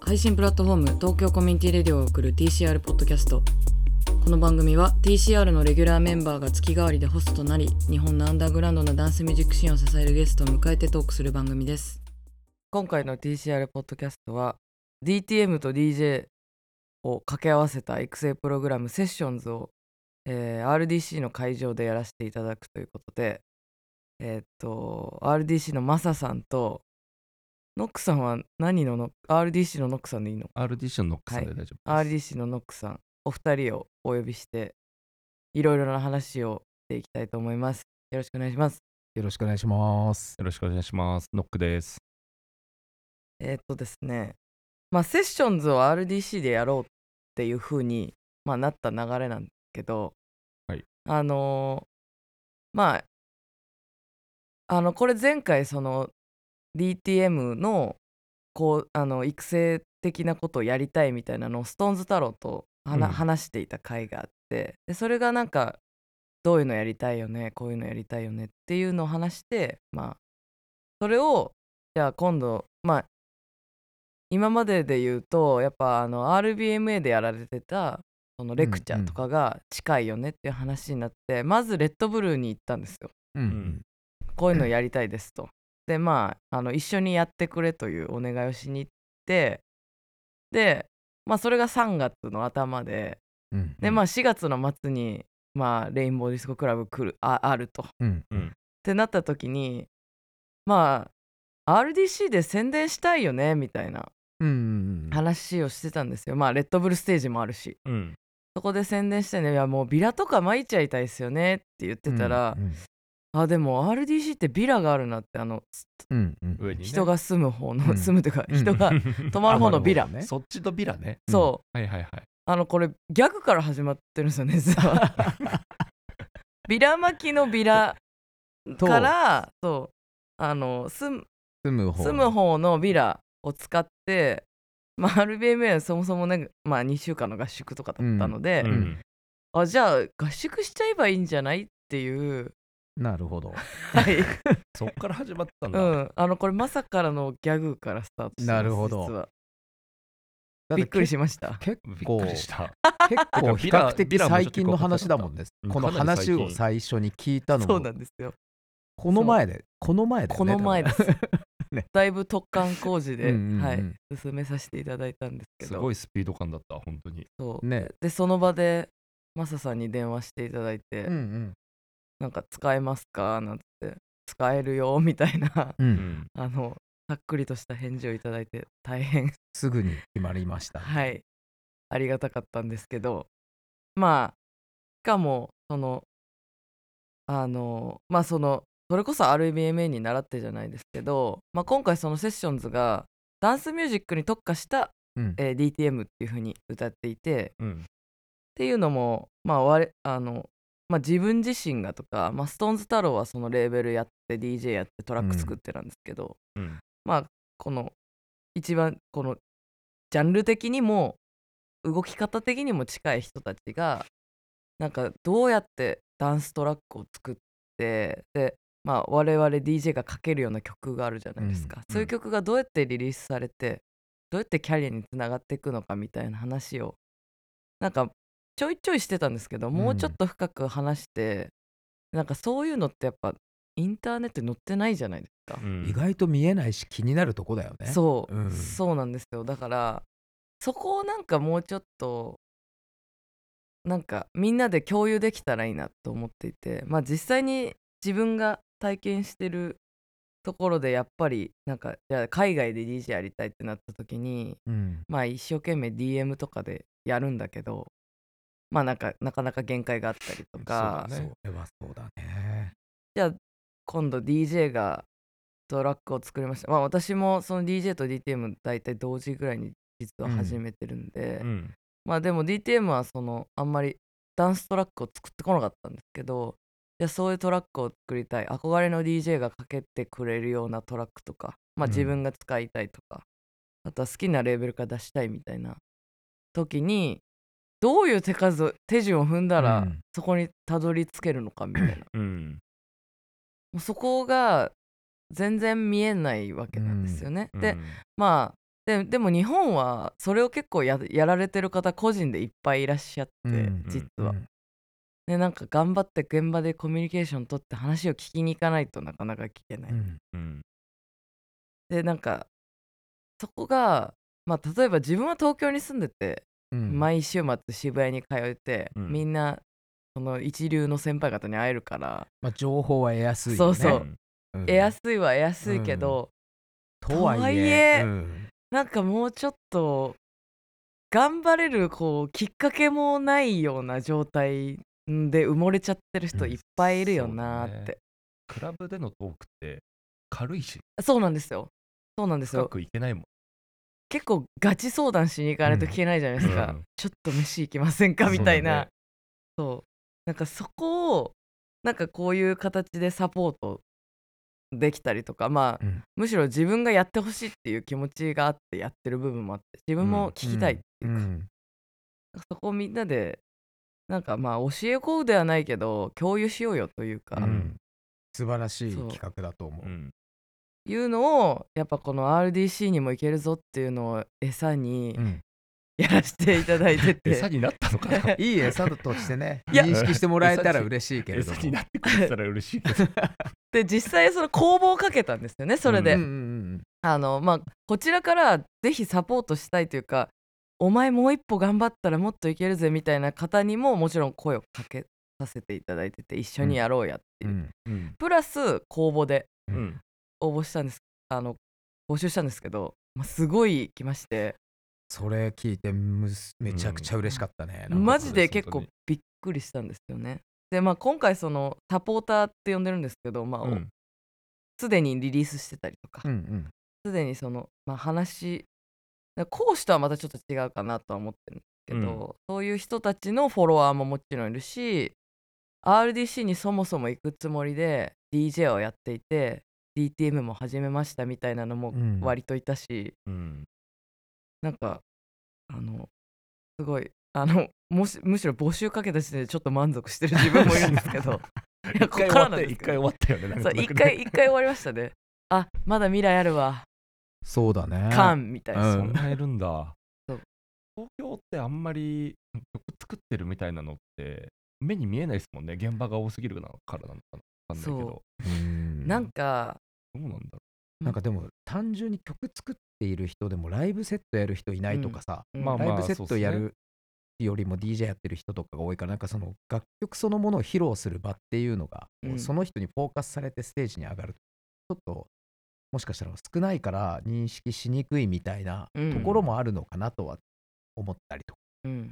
配信プラットフォーム東京コミュニティレディオを送る TCR ポッドキャストこの番組は TCR のレギュラーメンバーが月替わりでホストとなり日本のアンダーグラウンドなダンスミュージックシーンを支えるゲストを迎えてトークする番組です今回の TCR ポッドキャストは DTM と DJ を掛け合わせた育成プログラムセッションズを、えー RDC の会場でやらせていただくということでえーっと RDC のマサさんとノックさんは何のノ RDC のノックさんでいいの RDC のノックさんで大丈夫です。 RDC のノックさんお二人をお呼びしていろいろな話をしていきたいと思いますよろしくお願いしますよろしくお願いします。よろしくお願いします。ノックです。えーっとですねまあセッションズを RDC でやろうっていう風にまあなった流れなんですけど、はいあのーまああのこれ前回その DTM のこうあの育成的なことをやりたいみたいなのをストーンズ太郎とはなうん話していた回があってでそれがなんかどういうのやりたいよねこういうのやりたいよねっていうのを話してまあそれをじゃあ今度まあ今までで言うとやっぱあの RBMA でやられてたそのレクチャーとかが近いよねっていう話になって、まずレッドブルーに行ったんですようんんこういうのやりたいですと。でまああの一緒にやってくれというお願いをしに行ってで、まあ、それが3月の頭でうんで、まあ、4月の末に、まあ、レインボーディスコクラブ来るああると。っうんてなった時にまあ RDC で宣伝したいよねみたいなうんうん話をしてたんですよ。まあレッドブルステージもあるしうん。そこで宣伝してねいやもうビラとか撒いちゃいたいですよねって言ってたら、うんあでも RDC ってビラがあるなってあのうんうん上にね人。が住む方の、うん住むというかうん人 が泊まる方のビラ、なるほどねそっちのビラね。そはいはいはい。うあのこれギャグから始まってるんですよね実は ビラ巻きのビラとからそうあの住む住む方住む方のビラを使って、まあ、RBMA はそもそもね、まあ、2週間の合宿とかだったので、うんあじゃあ合宿しちゃえばいいんじゃないって いう、なるほ どはいそっから始まったうんだ。ん、あのこれまさからのギャグからスタートしてますなるほど実はびっくりしました結び構っくりし結た。構比較的ビラビラも最近の話だもんねうんこのかなり最話近を最初に聞いたのそうもなんですよこの前でこの前でこの前です、ねだいぶ突貫工事でうんうんうんはい、進めさせていただいたんですけすどごいスピード感だった、本当に。そう ねでその場でマサさんに電話していただいて、うんうんなんか使えますかなんつって使えるよみたいなううんん。あのさっくりとした返事をいただいて大変すぐに決まりました はいありがたかったんですけどまあしかもそのあのまあそのそれこそ RBMA に習ってじゃないですけど、まあ、今回そのセッションズがダンスミュージックに特化したうんえー DTM っていう風に歌っていてっうん。ていうのもまあ我あの、まあ、自分自身がとか、まあ、ストーンズ太郎はそのレーベルやって DJ やってトラック作ってなんですけど、うんまあこの一番このジャンル的にも動き方的にも近い人たちがなんかどうやってダンストラックを作ってでまあ我々 DJ が書けるような曲があるじゃないですか、うんそういう曲がどうやってリリースされてどうやってキャリアにつながっていくのかみたいな話をなんかちょいちょいしてたんですけどもうちょっと深く話して、なんかそういうのってやっぱインターネットに載ってないじゃないですか。うん意外と見えないし気になるとこだよねそう、うんそうなんですよだからそこをなんかもうちょっとなんかみんなで共有できたらいいなと思っていてまあ実際に自分が体験してるところでやっぱりなんかじゃあ海外で DJ やりたいってなった時にうんまあ一生懸命 DM とかでやるんだけどまあなんかなかなか限界があったりとか、ねそうれはそうだねじゃあ今度 DJ がトラックを作りました、まあ、私もその DJ と DTM 大体同時ぐらいに実は始めてるんで、うん。まあでも DTM はそのあんまりダンストラックを作ってこなかったんですけどじゃあそういうトラックを作りたい憧れの DJ がかけてくれるようなトラックとか、まあ、うん自分が使いたいとか、あとは好きなレーベルから出したいみたいな時にどういう手数を手順を踏んだら、うんそこにたどり着けるのかみたいなうん。うそこが全然見えないわけなんですよね。うんで、まあででも日本はそれを結構ややられてる方個人でいっぱいいらっしゃって、うん実うんは、でなんか頑張って現場でコミュニケーション取って話を聞きに行かないとなかなか聞けない、うんうんでなんかそこがまあ例えば自分は東京に住んでて、うん毎週末渋谷に通えて、うんみんなその一流の先輩方に会えるから、まあ、情報は得やすいよね。そうそううん得やすいは得やすいけど、とはいえ、とはいえうんなんかもうちょっと頑張れるこうきっかけもないような状態で埋もれちゃってる人いっぱいいるよなーって、クラブでのトークって軽いしそうなんですよそうなんです深よくいけないもん結構ガチ相談しに行かないとうん聞けないじゃないですか、うんちょっと飯行きませんかみたいなそう,、なんかそこをなんかこういう形でサポートできたりとかまあ、うんむしろ自分がやってほしいっていう気持ちがあってやってる部分もあって自分も聞きたいっていうか、んそこをみんなでなんかまあ教え子ではないけど共有しようよというか、ううんん素晴らしいそう企画だと思う。うんいうのをやっぱこの RDC にもいけるぞっていうのを餌にうんやらせていただいてて、餌になったのかないい餌としてね、いや認識してもらえたら嬉しいけれど餌も。になってくれたら嬉しいけどで実際その公募をかけたんですよねそれで、ううんうんあのまあこちらからぜひサポートしたいというかお前もう一歩頑張ったらもっといけるぜみたいな方にももちろん声をかけさせていただいてて一緒にやろうやってういう、んうんプラス公募でうん応募したんですあの募集したんですけど、まあ、すごい来ましてそれ聞いてむすめちゃくちゃ嬉しかったね。なんかマジで結構本びっくりしたんですよね。でまあ今回そのサポーターって呼んでるんですけどまあうおんすで、にリリースしてたりとかうんうんすで、にその、まあ、話だから講師とはまたちょっと違うかなとは思ってるんですけど、そういう人たちのフォロワーももちろんいるし RDC にそもそも行くつもりで DJ をやっていて DTM も始めましたみたいなのもうん割といたし。うんなんかあのすごいあの もしむしろ募集かけた時点でちょっと満足してる自分もいるんですけどいや一こっ回か終わらなんですけどった一回終わったよねなんそかうな一くね回一回終わりましたねあまだ未来あるわそうだね。感みたいな、うそんなにいるんだそう東京ってあんまり曲作ってるみたいなのって目に見えないですもんね現場が多すぎるからなのかな分かんないけどそどうんなんかうなんだろなんかでも単純に曲作っている人でもライブセットやる人いないとかさ、うんまあまあライブセットやるよりも DJ やってる人とかが多いからなんかその楽曲そのものを披露する場っていうのが、うんその人にフォーカスされてステージに上がるとちょっともしかしたら少ないから認識しにくいみたいなうんところもあるのかなとは思ったりとか、うん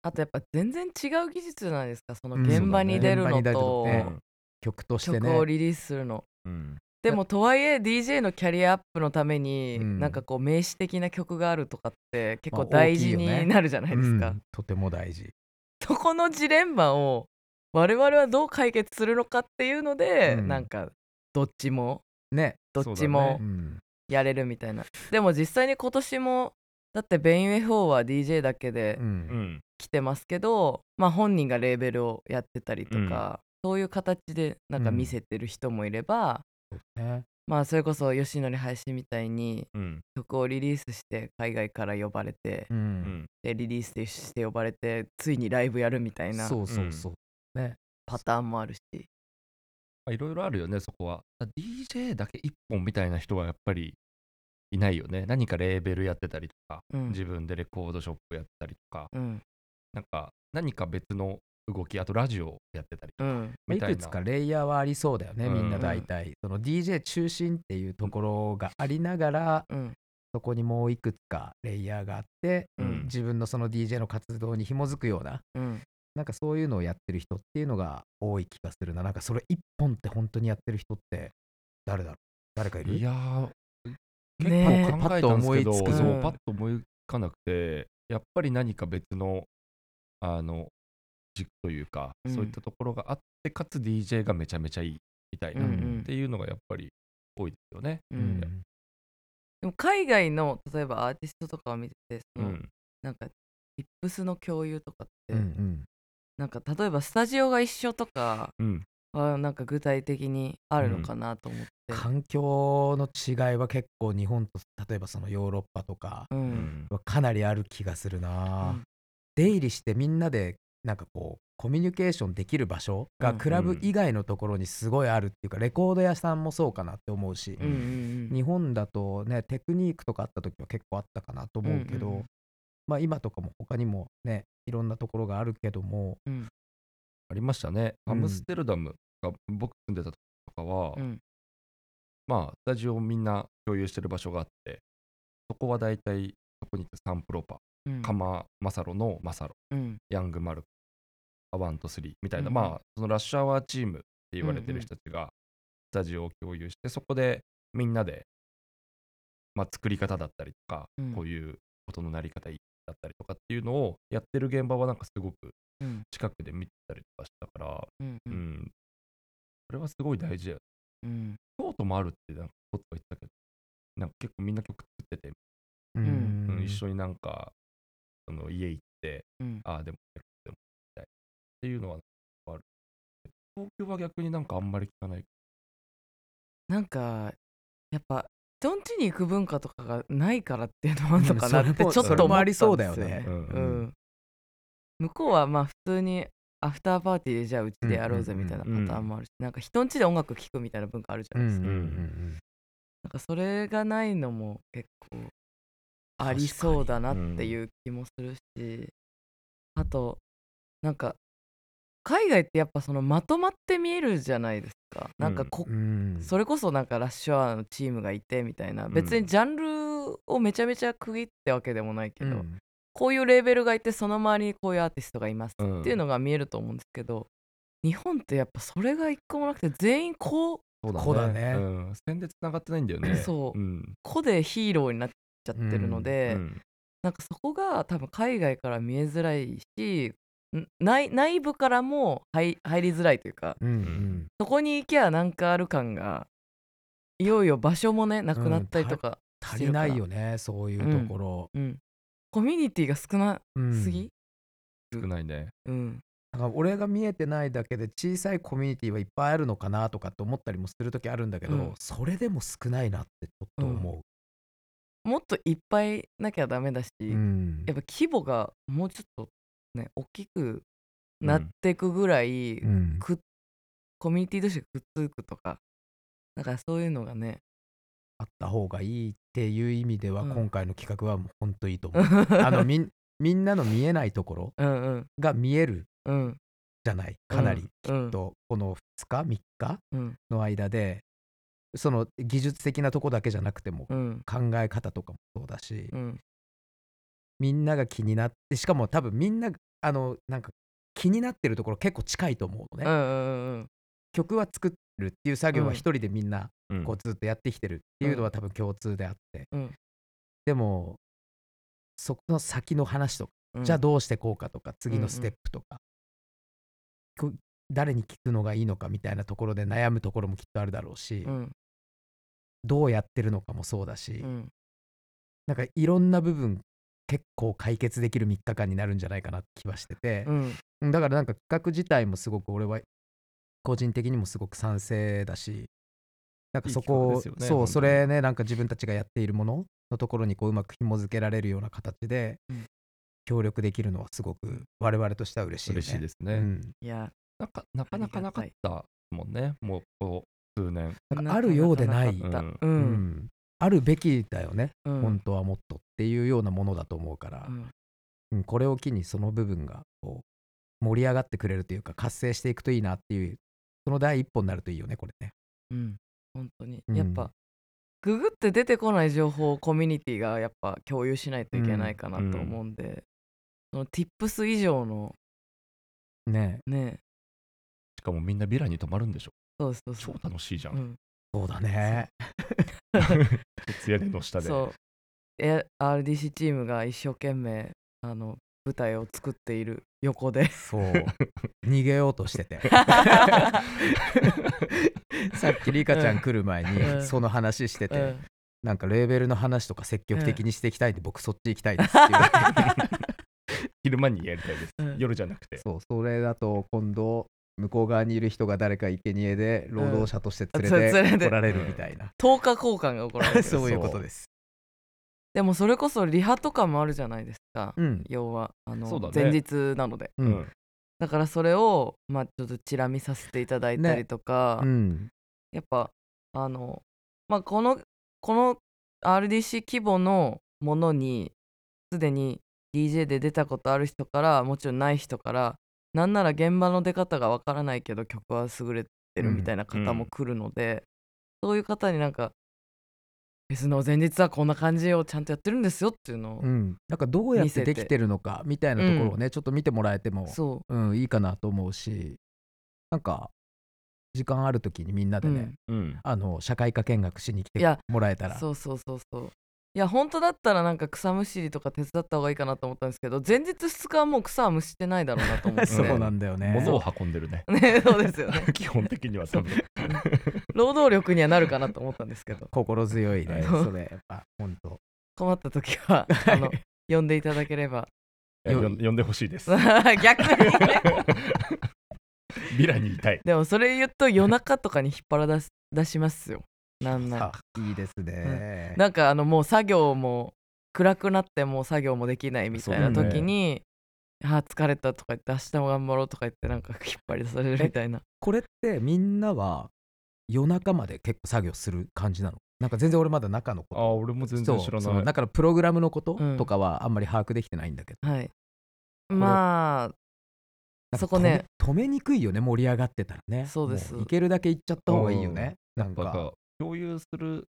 あとやっぱ全然違う技術じゃないですかそのうん現場に出るの現場に出るとのうね曲としてね曲をリリースするのうんでもとはいえ DJ のキャリアアップのために、うんなんかこう名詞的な曲があるとかって結構まあ大大き事いよねになるじゃないですか、うんとても大事、 そこのジレンマを我々はどう解決するのかっていうので、うんなんかどっちもねどっちそうだもうんやれるみたいな、でも実際に今年もだってベイン UFO は DJ だけでうんうん来てますけど、まあ本人がレーベルをやってたりとか、そういう形でなんか見せてる人もいれば、ねまあそれこそ吉典林みたいにうん曲をリリースして海外から呼ばれて、ううんんでリリースして呼ばれてついにライブやるみたいなそうそうそう、パターンもあるし。まあいろいろあるよねそこはだ DJ だけ一本みたいな人はやっぱりいないよね何かレーベルやってたりとかうん自分でレコードショップやったりとかうんなんか何か別の動きあとラジオやってたりうんまあみいたいなくつかレイヤーはありそうだよね、うんみんな大体。その DJ 中心っていうところがありながら、うんそこにもういくつかレイヤーがあって、うん自分のその DJ の活動に紐づくような、うんなんかそういうのをやってる人っていうのが多い気がするな。なんかそれ一本って本当にやってる人って誰だろう誰かいるいやーね結構考えたんですけど、パッと思いつくそうパッと思いつかなくて、やっぱり何か別のあの軸というか、うんそういったところがあって、かつ DJ がめちゃめちゃいいみたいな、うんうんっていうのがやっぱり多いですよね。ううんでんも海外の例えばアーティストとかを見ててそうの、んなんかリップスの共有とかって、うんうんなんか例えばスタジオが一緒とかうんはなんか具体的にあるのかなと思って。環境の違いは結構日本と例えばそのヨーロッパとかうんうんはかなりある気がするな、うん出入りしてみんなでなんかこうコミュニケーションできる場所がうんクラブ以外のところにすごいあるっていうか、レコード屋さんもそうかなって思うし、うんうんうん日本だとねテクニックとかあった時は結構あったかなと思うけど、うんうんまあ今とかも他にもねいろんなところがあるけどもありましたね。うんアムステルダムが僕住んでたとことかは、うんまあ、スタジオをみんな共有してる場所があって、そこは大体、そこにいたサンプロパ、うんカママサロのマサロ、うんヤングマルコ、アワンとスリーみたいな、うんまあ、そのラッシュアワーチームって言われてうんうるん人たちが、スタジオを共有して、そこでみんなで、まあ、作り方だったりとか、うんこういうことのなり方だったりとかっていうのをやってる現場はなんかすごくうん近くで見てたりとかしたから、うんううんん。それはすごい大事だよねうん京都もあるってなんかコツは言ってたけど、なんか結構みんな曲作ってて、うんんうん一緒になんか、その家行って、うんああでも、でも、みたいなっていうのはある。東京は逆になんかあんまり聞かない。なんかやっぱ人ん家に行く文化とかがないからっていうのもあるのかなってちうょんっそとれも思ったんですよそれもありそうだよねうんううんん、向こうはまあ普通にアフターパーティーでじゃあうちでやろうぜうんうんみうんたいなパターンもあるし、なんか人ん家で音楽聴くみたいな文化あるじゃうんないうでんすうか、んうんなんかそれがないのも結構ありそうだなっていう気もするし、あとなんか海外ってやっぱそのまとまって見えるじゃないですか、なんかこうんうんそれこそなんかラッシュアワーのチームがいてみたいなうん別にジャンルをめちゃめちゃ区切ってわけでもないけど、うんこういうレーベルがいてその周りにこういうアーティストがいますうんっていうのが見えると思うんですけど、日本ってやっぱそれが一個もなくて全員こうこうだねうん線で繋がってないんだよね。そううん。個でヒーローになっちゃってるので、うんなんかそこが多分海外から見えづらいしん内内部からも入入りづらいというかうんうんそこに行きゃなんかある感がいよいよ場所もねなくなったりとか、足りないよねそういうところ、うん、コミュニティが少なうんすぎ、少ないね。うんだから俺が見えてないだけで小さいコミュニティはいっぱいあるのかなとかって思ったりもする時あるんだけど、うんそれでも少ないなってちょっと思もっといっぱいなきゃダメだし、う、うんやっぱ規模がもうちょっとね大きくうんなっていくぐらい、うんくコミュニティ同士がくっつくとかだからそういうのがねあった方がいいっていう意味では、うん今回の企画はもうほんといいと 思うあのみんみんなの見えないところ うんうんが見えるうんじゃないかなり、うんとこの2日3日うんの間でその技術的なとこだけじゃなくてもうん考え方とかもそうだし、うんみんなが気になってしかも多分みんなあのなんか気になってるところ結構近いと思うのうね、ん曲は作るっていう作業うはん一人でみんなうんこうずっとやってきてるっていうのは多分共通であって、うんでもそこの先の話とか、うんじゃあどうしてこうかとか次うんうのんステップとか、こう誰に聞くのがいいのかみたいなところで悩むところもきっとあるだろうし、うんどうやってるのかもそうだし、うんなんかいろんな部分結構解決できる3日間になるんじゃないかなって気はしててう、んだからなんか企画自体もすごく俺は個人的にもすごく賛成だしなんかそこいい企画を、ですよねそ本当うにそれねなんか自分たちがやっているもののところにこううまく紐づけられるような形でうん協力できるのはすごく我々としては嬉しい、ね、嬉しいですうね。ん、いやなんかなかなかなかったもんね。もうここ数年。なんかあるようでないかかったううんんあるべきだよね、うん本当はもっとっていうようなものだと思うから、うんうん、これを機にその部分がこう盛り上がってくれるというか活性していくといいなっていうその第一歩になるといいよねこれね。うん本当にうんやっぱググって出てこない情報をコミュニティがやっぱ共有しないといけないかなと思うんでその Tips 以上のねえねしかもみんなビラに泊まるんでしょ。そうそうそ超う楽しいじゃ。うんんそうだね。つやでの下で。そうえ RDC チームが一生懸命あの舞台を作っている横で そう。逃げようとして て。さっきリカちゃん来る前うにんその話してうてん、なんかレーベルの話とか積極的にしていきたいんで、僕そっち行きたいですっていう。昼間にやりたいです。うん 夜じゃなくて。そう、それだと今度、向こう側にいる人が誰か生贄で労働者として連うんれ連てれて来られるみたいな、 10日交換が起こられる そういうことです。でもそれこそリハとかもあるじゃないですか、うん、要はあそうだのね前日なのでううんん、だからそれをまあちょっとチラ見させていただいたりとか、うん、やっぱあのまあこのこの RDC 規模のものにすでに DJ で出たことある人からもちろんない人からなんなら現場の出方がわからないけど曲は優れてるみたいな方も来るので、そういう方になんかフェスの前日はこんな感じをちゃんとやってるんですよっていうのを、うん、なんかどうやっ見てせでてきてるのかみたいなところをね、ちょっと見てもらえても、そうん、いいかなと思うしなんか時間ある時にみんなう、でね、うんうん、あの社会科見学しに来いてやもらえたらそうそうそうそういや本当だったらなんか草むしりとか手伝った方がいいかなと思ったんですけど前日2日はもう草はむしてないだろうなと思って そうなんだよね物を運んでるねね、そうですよ ね。 基本的には多分労働力にはなるかなと思ったんですけど、心強いねそうそれやっぱ本当困った時 は、あの、呼んでいただければ。 えよん呼んでほしいです逆に ね。ビラにいたいでもそれ言うと夜中とかに引っ張ら出す出しますよ。なんなら。あいいですね、なんかあの、もう作業も暗くなってもう作業もできないみたいなそうだね時に、あー疲れたとか言って明日も頑張ろうとか言ってなんか引っ張り出されるみたいな。これってみんなは夜中まで結構作業する感じなのなんか全然俺まだ中のこあとあ俺も全そ然う知らそなのいだからプログラムのことうんとかはあんまり把握できてないんだけど、はい。まなんかそこね止め止めにくいよね盛り上がってたらねそうですもいけるだけ行っちゃった方がいいよねなんなんかか共有する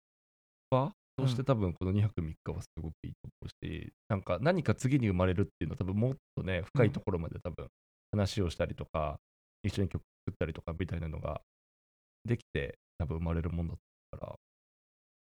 場として多分この2泊3日はすごくいいと思うし、なんか何か次に生まれるっていうのは多分もっとね深いところまで多分話をしたりとか、一緒に曲作ったりとかみたいなのができて多分生まれるもんだったから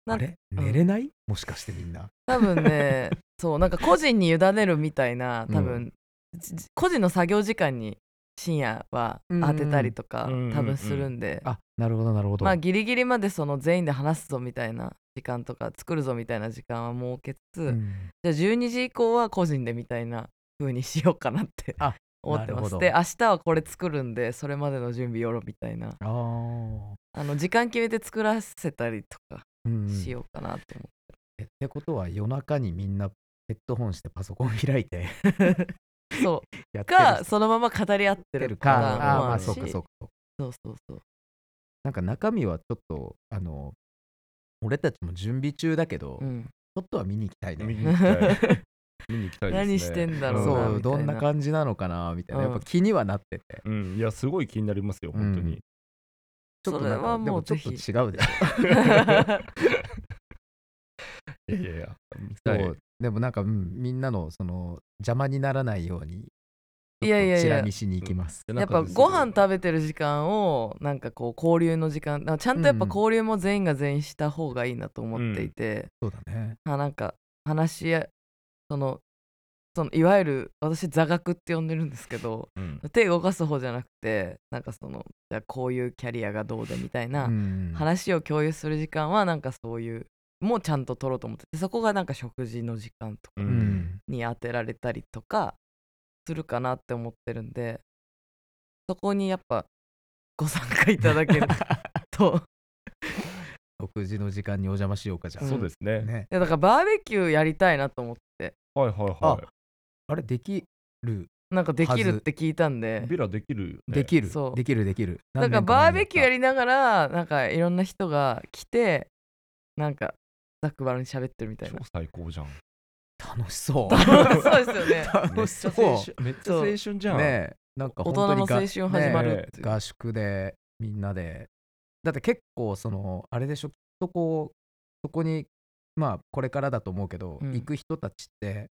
なあんかれ寝れない、もしかしてみんな多分ねそうなんか個人に委ねるみたいな多分、じじ個人の作業時間に深夜は当てたりとか、うんうんうん多分するんで、あなるほどなるほど、まあギリギリまでその全員で話すぞみたいな時間とか作るぞみたいな時間は設けつつ、うんじゃあ12時以降は個人でみたいな風にしようかなってあ 思ってまなるほどすで明日はこれ作るんでそれまでの準備よろみたいなあーあの時間決めて作らせたりとかうんしようかなと思えってことは夜中にみんなヘッドホンしてパソコン開いて って、そやっうてる人かそのまま語り合ってやってるるパかターンあーもまああるしそうかそうかそうかそうそうそうなんか中身はちょっとあの俺たちも準備中だけど、うちん、ょっとは見に行きたいね見に行 きたい見に行きたいですね何してんだろそなみたいうなどんな感じなのかなみたいな、うんやっぱ気にはなっててうん、うんいやすごい気になりますよ本当に、ちょっとなんそれかはでももうちょぜっとひ違うでしょいやいやいや見そたういでもなんか、うん、みんなのその邪魔にならないようにいやいやいやちょっとチラ見しに行きますでやなっんぱかご飯食べてる時間をなんかこう交流の時間なんかちゃんとやっぱうんうん交流も全員が全員した方がいいなと思っていて、そうだねあなんか話し合いそのそのいわゆる私座学って呼んでるんですけどうん手動かす方じゃなくてなんかそのじゃあこういうキャリアがどうでみたいなうん話を共有する時間はなんかそういうもうちゃんと取ろうと思っててそこがなんか食事の時間とかううんんに当てられたりとかするかなって思ってるんでそこにやっぱご参加いただけると食事の時間にお邪魔しようかじゃあ、そうですねねいやだからバーベキューやりたいなと思ってはいはいはあれできるなんかできはずるって聞いたんでいビラできるよねできる、そうできるできるだからバーベキューやりりながらなんかいろんな人が来てなんかざっくばらんに喋ってるみたい超な最高 じゃん楽 しそうそうですよね楽しそうめっちゃ青春じゃん、ねえなん か大本人当のに青が春始まねるっていう合宿でみんなでだって結構そのあれでしょきっとこうそこにまあこれからだと思うけど、うん行く人たちって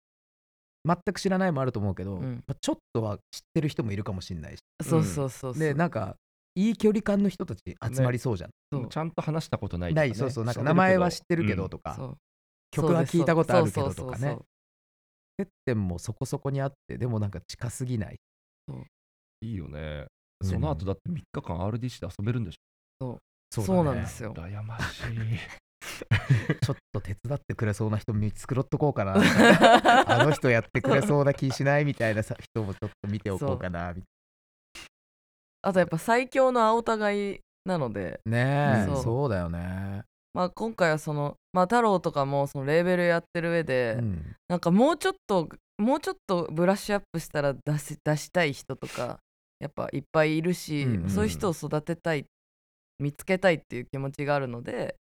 全く知らないもあると思うけど、うんまあちょっとは知ってる人もいるかもしれないしそうそうそうそうでなんかいい距離感の人たち集まりそうじゃん、そうちゃんと話したことないとかなね、いそうそうなんか名前は知ってるけどととか、そう曲は聞いたことあるけどとそうかそうそうねそう接点もそこそこにあってでもなんか近すぎないいいよね。うんその後だって3日間 RDC で遊べるんでしそうそうだなねんですよょ。羨ましい。ちょっと手伝ってくれそうな人見繕っとこうかな あの人やってくれそうな気しないみたいなさ人もちょっと見ておこうかなみたいあとやっぱ最強のお互いなので、ねえそうそうだよね、まあ、今回はその、まあ、太郎とかもそのレーベルやってる上で、うんなんかもうちょっともうちょっとブラッシュアップしたら出し出したい人とかやっぱいっぱいいるし、うんうんそういう人を育てたい見つけたいっていう気持ちがあるので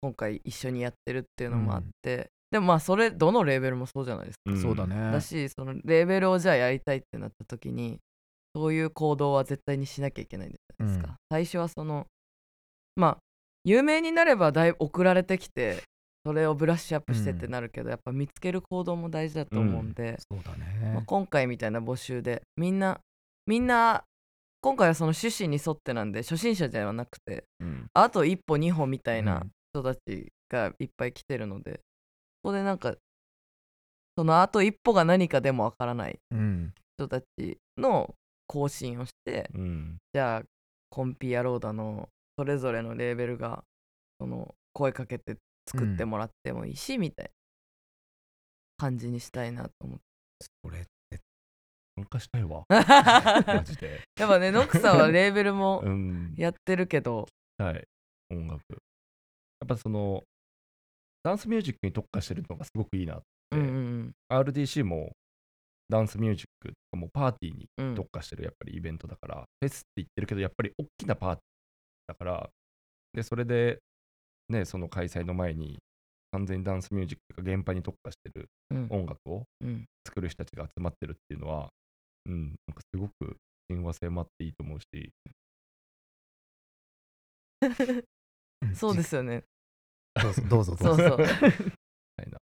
今回一緒にやってるっていうのもあって、でもまあそれどのレーベルもそうじゃないですか、んそうだねだしそのレーベルをじゃあやりたいってなった時にそういう行動は絶対にしなきゃいけないじゃないですか、うん最初はそのまあ有名になればだいぶ送られてきてそれをブラッシュアップしてってなるけど、やっぱ見つける行動も大事だと思うんで、そうだまあね、今回みたいな募集でみんなみんな今回はその趣旨に沿ってなんで初心者じゃなくてうんあと一歩二歩みたいなうん人たちがいっぱい来てるので、ここでなんかそのあと一歩が何かでもわからないうん人たちの更新をしてうんじゃあコンピ野郎だのそれぞれのレーベルがその声かけて作ってもらってもいいし、みたいな感じにしたいなと思ってそれ参加したい わ マ やジでっぱねノックさんはレーベルもうんやってるけど、はい音楽やっぱそのダンスミュージックに特化してるのがすごくいいなうんうん、 RDC もダンスミュージックとかもうパーティーにうん特化してるやっぱりイベントだから、フェスって言ってるけどやっぱり大きなパーティーだからでそれでねその開催の前に完全にダンスミュージックが現場に特化してるうん音楽をうん作る人たちが集まってるっていうのはうんなんかすごく親和性もあっていいと思うしそうですよねどうぞどうぞどそううぞ そういな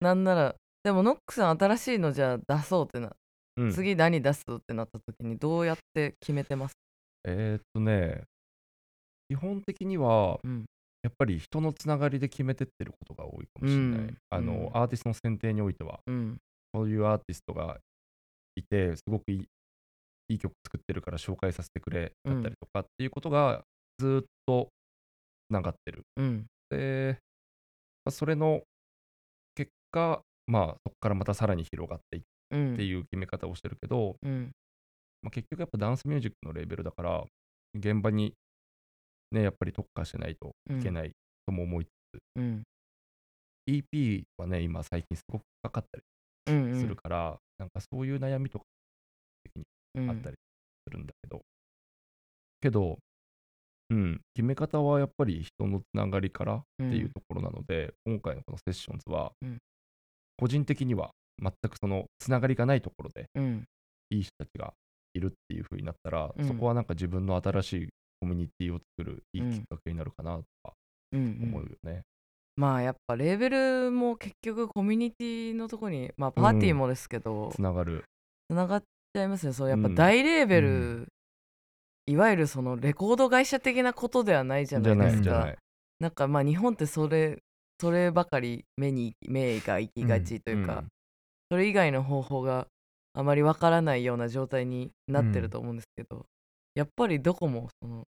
なんならでもノックさん新しいのじゃあ出そうってな、うん次何出すってなった時にどうやって決めてますえーっとね基本的にはうんやっぱり人のつながりで決めてってることが多いかもしれない、うんあの、うアーティストの選定においてはうんそういうアーティストがいて、すごくいいいい曲作ってるから紹介させてくれだったりとかっていうことがずーっとつながってる。うんで、まあそれの結果、まあ、そこからまたさらに広がっていっうんていう決め方をしてるけど、うんまあ、結局やっぱダンスミュージックのレーベルだから、現場にね、やっぱり特化してないといけないとも思い、うん、 EP はね、今最近すごくかかったうんうんりするから、なんかそういう悩みとかうんあったりするんだけど、けど、うん、決め方はやっぱり人のつながりからっていうところなので、今回のこのセッションズは、うん個人的には全くそのつながりがないところでうんいい人たちがいるっていう風になったら、うんそこはなんか自分の新しいコミュニティを作るいいうんきっかけになるかなとかうん思ううよんね。まあやっぱレーベルも結局コミュニティのとこにまあパーティーもですけど、つながる。つながっちゃいますねそうやっうぱん大レーベル、ういわゆるそのレコード会社的なことではないじゃないですじゃかない。なんかまあ日本ってそれそればかり目に目が行きがちというか、うんそれ以外の方法があまりわからないような状態になってると思うんですけど、やっぱりどこもその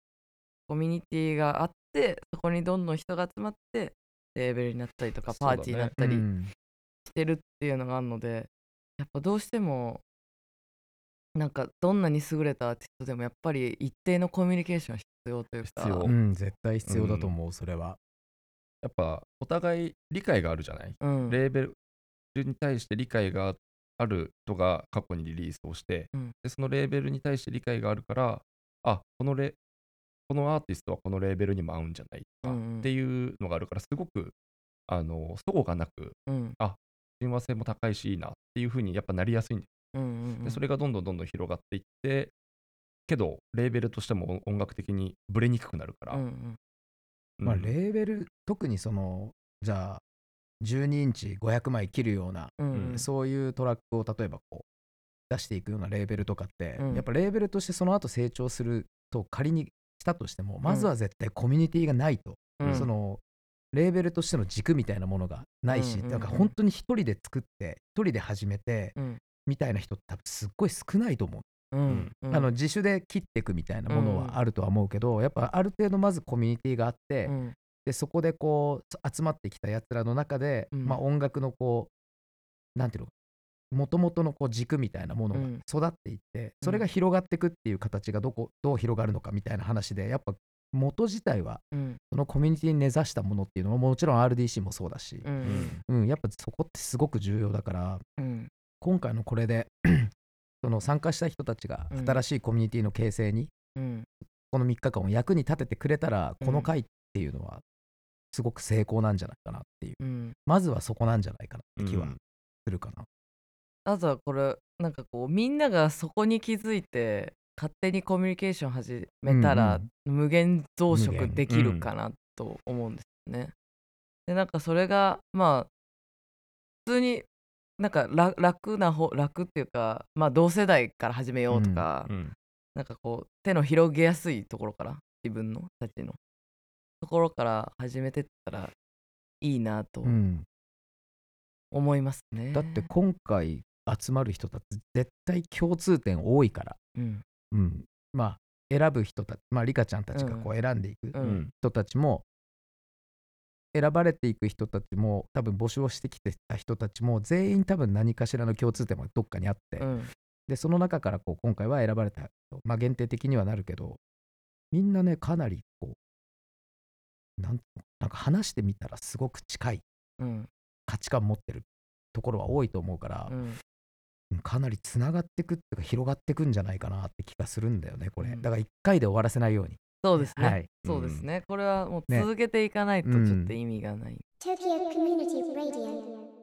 コミュニティがあってそこにどんどん人が集まってレーベルになったりとかそうパだーねティーになったりしうんてるっていうのがあるので、やっぱどうしてもなんかどんなに優れたアーティストでもやっぱり一定のコミュニケーションは必要というか必要うん絶対必要だと思う、それはやっぱお互い理解があるじゃないうんレーベルに対して理解がある人が過去にリリースをして、うんでそのレーベルに対して理解があるから、あこのレこのアーティストはこのレーベルにも合うんじゃないとか、うんうんっていうのがあるから、すごくあの齟齬がなく、うん親和性も高いし、いいなっていうふうにやっぱなりやすいんでうんうんす、うんでそれがどんどんどんどん広がっていって、けど、レーベルとしても音楽的にブレにくくなるかうら。んうんうんまあ、レーベル、特にその、じゃあ、12インチ500枚切るような、うんうんうんそういうトラックを例えばこう、出していくようなレーベルとかって、うんやっぱレーベルとしてその後成長すると、仮にしたとしても、まずは絶対コミュニティがないと、うんその、レーベルとしての軸みたいなものがないし、うんうんうんなんか本当に一人で作って、一人で始めて、うんみたいな人って多分すっごい少ないと思う。うんうんあの自主で切っていくみたいなものうんはあるとは思うけど、やっぱある程度まずコミュニティがあって、うんでそこでこう集まってきたやつらの中で、うんまあ、音楽のこうなんていうのもともとのこう軸みたいなものがうん育っていって、それが広がっていくっていう形がどこどう広がるのかみたいな話でやっぱ元自体はうんそのコミュニティに根ざしたものっていうのはもちろん RDC もそうだしう、んうんやっぱそこってすごく重要だからうん今回のこれで その参加した人たちがうん新しいコミュニティの形成にうんこの3日間を役に立ててくれたらうんこの回っていうのはすごく成功なんじゃないかなっていううんまずはそこなんじゃないかなって気はうんするかな。あとはこれなんかこうみんながそこに気づいて勝手にコミュニケーション始めたら、無限増無殖限できるかなと思うんですよね。でなんかそれがまあ普通になんか楽楽な方楽っていうか、まあ、同世代から始めようとか、うんなんかこう手の広げやすいところから自分のたちのところから始めてったらいいなとうん思いますね。だって今回集まる人たち絶対共通点多いから、うんうん、まあ選ぶ人たちまあリカちゃんたちがこう選んでいくううんん人たちも選ばれていく人たちも多分募集をしてきてた人たちも全員多分何かしらの共通点もどっかにあって、うんでその中からこう今回は選ばれた人、まあ、限定的にはなるけどみんなねかなりこうなんなんか話してみたらすごく近いうん価値観持ってるところは多いと思うからう、んうんかなりつながってくっていうか広がってくんじゃないかなって気がするんだよねこれ、うんだから1回で終わらせないように。そうですね、はいそうですね、これはもうね続けていかないとちうんょっと意味がない、 Tokyo Community Radio.